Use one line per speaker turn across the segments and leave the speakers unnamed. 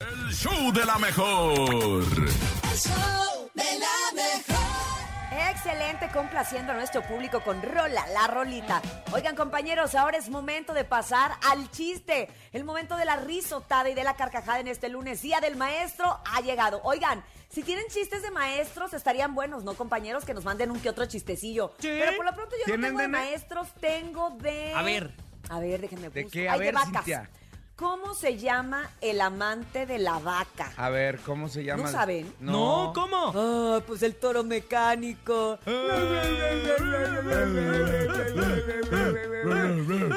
El show de la mejor.
Excelente, complaciendo a nuestro público con Rola, la rolita. Oigan, compañeros, ahora es momento de pasar al chiste. El momento de la risotada y de la carcajada en este lunes. Día del maestro ha llegado. Oigan, si tienen chistes de maestros, estarían buenos, ¿no, compañeros? Que nos manden un que otro chistecillo.
Sí.
Pero por lo pronto yo no
¿Tienen
tengo de
de ma-
maestros, tengo de.
A ver.
A ver, déjenme
¿De
busco.
qué? A
Ay, de
ver,
vacas.
Cintia.
¿Cómo se llama el amante de la vaca?
A ver, ¿cómo se llama?
¿No saben?
No, ¿cómo?
Ah, pues el toro mecánico.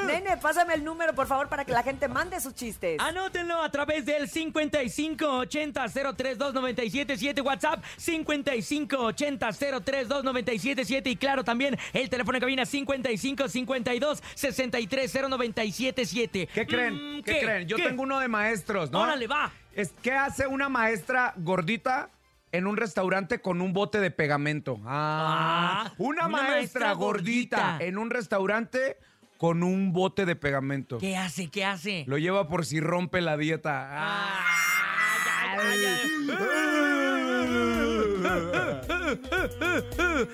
Nene, pásame el número, por favor, para que la gente mande sus chistes.
Anótenlo a través del 5580-032977, WhatsApp 5580-032977 y claro, también el teléfono de cabina 5552-630977.
¿Qué creen?
Mm,
¿Qué, creen? Yo
¿Qué?
tengo uno de maestros, ¿no?
Órale, va.
Es, ¿Qué hace una maestra gordita en un restaurante con un bote de pegamento? Ah.
Ah,
una,
una
maestra,
maestra
gordita,
gordita.
en un restaurante con un bote de pegamento.
¿Qué hace? ¿Qué hace?
Lo lleva por si rompe la dieta. Ah.
Ay, ay, ay, ay.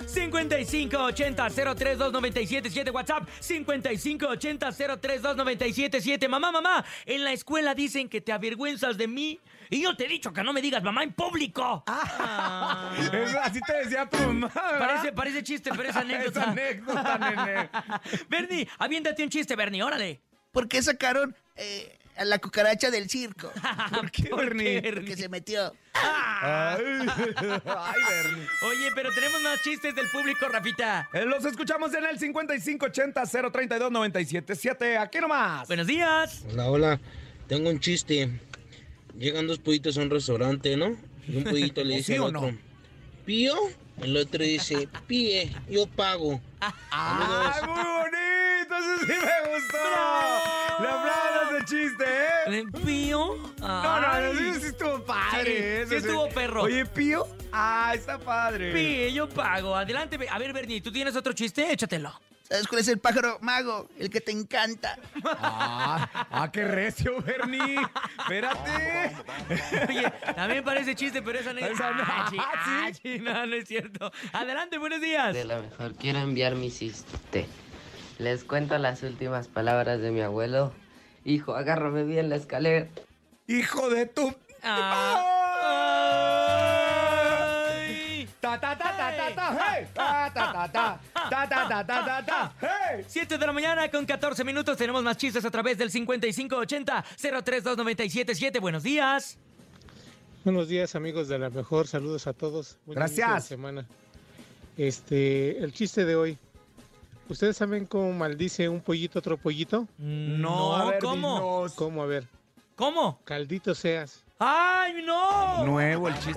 5580-032977 WhatsApp 5580-032977 Mamá, mamá, en la escuela dicen que te avergüenzas de mí y yo te he dicho que no me digas mamá en público. Ah.
Es- así te decía tu mamá. ¿verdad?
Parece, parece chiste, pero es anécdota.
Es anécdota, nene.
Bernie, aviéntate un chiste, Bernie, órale.
¿Por qué sacaron eh, a la cucaracha del circo?
¿Por qué, Bernie?
Porque se metió.
Ay, Bernie.
Oye, pero tenemos más chistes del público, Rafita.
Eh, Los escuchamos en el 5580-032-977. Aquí nomás.
Buenos días.
Hola, hola. Tengo un chiste. Llegan dos pollitos a un restaurante, ¿no? Y un pollito le
¿O
dice
sí
al
o no?
otro, ¿pío? El otro dice, píe, yo pago.
¡Ay, Ah, muy bonito! ¡Eso sí me gustó!
¡Bravo!
¡Le aplaudo ese chiste, eh!
¿Pío?
No, no, no,
Ay.
sí, sí estuvo padre.
Sí, sí
eso
estuvo perro.
Oye, Pío. Ah, está padre.
Sí, yo pago. Adelante. Be- A ver, Bernie, ¿tú tienes otro chiste? Échatelo.
¿Sabes cuál es el pájaro mago? El que te encanta.
Ah, ah, qué recio, Bernie. Espérate.
Oye, también parece chiste, pero esa no es
Esa no.
Ah, chi-
Ah,
ah, chi- No, no es cierto. Adelante, buenos días.
De la mejor quiero enviar mi chiste. Les cuento las últimas palabras de mi abuelo. Hijo, agárrame bien la escalera.
Hijo de tu.
Ah. Ay.
Ta ta ta ta ta ta. Hey. Ta ta ta ta. Ta ta ta ta ta ta. Hey.
7 de la mañana con 14 minutos. Tenemos más chistes a través del 5580-032977. Buenos días.
Buenos días amigos de la mejor, saludos a todos. Buen inicio de
Gracias.
semana. Este, el chiste de hoy. ¿Ustedes saben cómo maldice un pollito a otro pollito?
No, a ver,
¿cómo?
dinos.
¿Cómo? A ver,
¿Cómo?
caldito seas.
¡Ay, no!
Nuevo el chiste.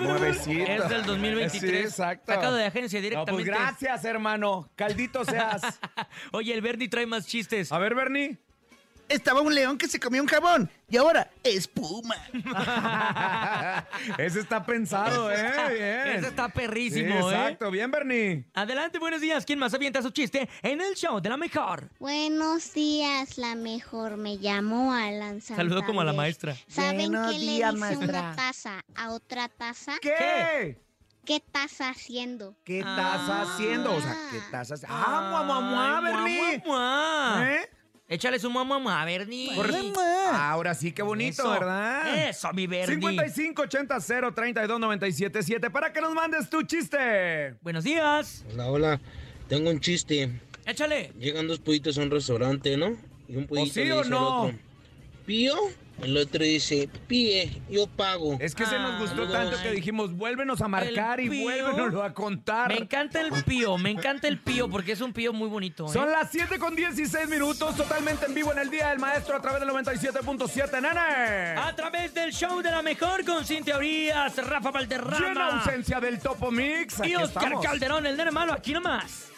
Nuevecito.
Es del 2023.
Sí, exacto.
Sacado de agencia
No,
directamente.
pues gracias, hermano. Caldito seas.
Oye, el Bernie trae más chistes.
A ver, Bernie.
Estaba un león que se comió un jabón y ahora espuma.
Ese está pensado, ¿eh? Bien.
Ese está
Sí,
perrísimo, ¿eh?
Exacto, bien, Bernie.
Adelante, buenos días. ¿Quién más avienta su chiste en el show de la mejor?
Buenos días, la mejor. Me llamo Alan Santander.
Saludo como a la maestra.
¿Saben
Buenos
qué le
días,
dice
maestra.
una taza a otra taza? ¿Qué,
¿Qué?
estás haciendo?
¿Qué estás
Ah.
haciendo? O sea, ¿qué estás haciendo? ¡Ah, mua, mua, mua,
Ay,
Bernie!
mua, mua.
¿Eh?
Échale su mamá, mamá, Bernie.
Por- Ahora sí, qué bonito,
Eso. Eh,
¿verdad?
Eso, mi Bernie.
5580 032 977 para que nos mandes tu chiste.
Buenos días.
Hola, hola. Tengo un chiste.
Échale.
Llegan dos pollitos a un restaurante, ¿no? Y un pollito
sí
le
o
dice al
no?
otro, ¿pío? El otro dice, píe, yo pago.
Es que se nos gustó
Ay.
tanto que dijimos, vuélvenos a marcar y
pío.
vuélvenoslo a contar.
Me encanta el pío, me encanta el pío porque es un pío muy bonito. ¿eh?
Son las 7 con 16 minutos, totalmente en vivo en el Día del Maestro a través del 97.7, nene.
A través del show de la mejor con Cintia Urias, Rafa
Y en
Valderrama
ausencia del Topo Mix,
y
aquí
Oscar
estamos.
Calderón, el nene malo, aquí nomás.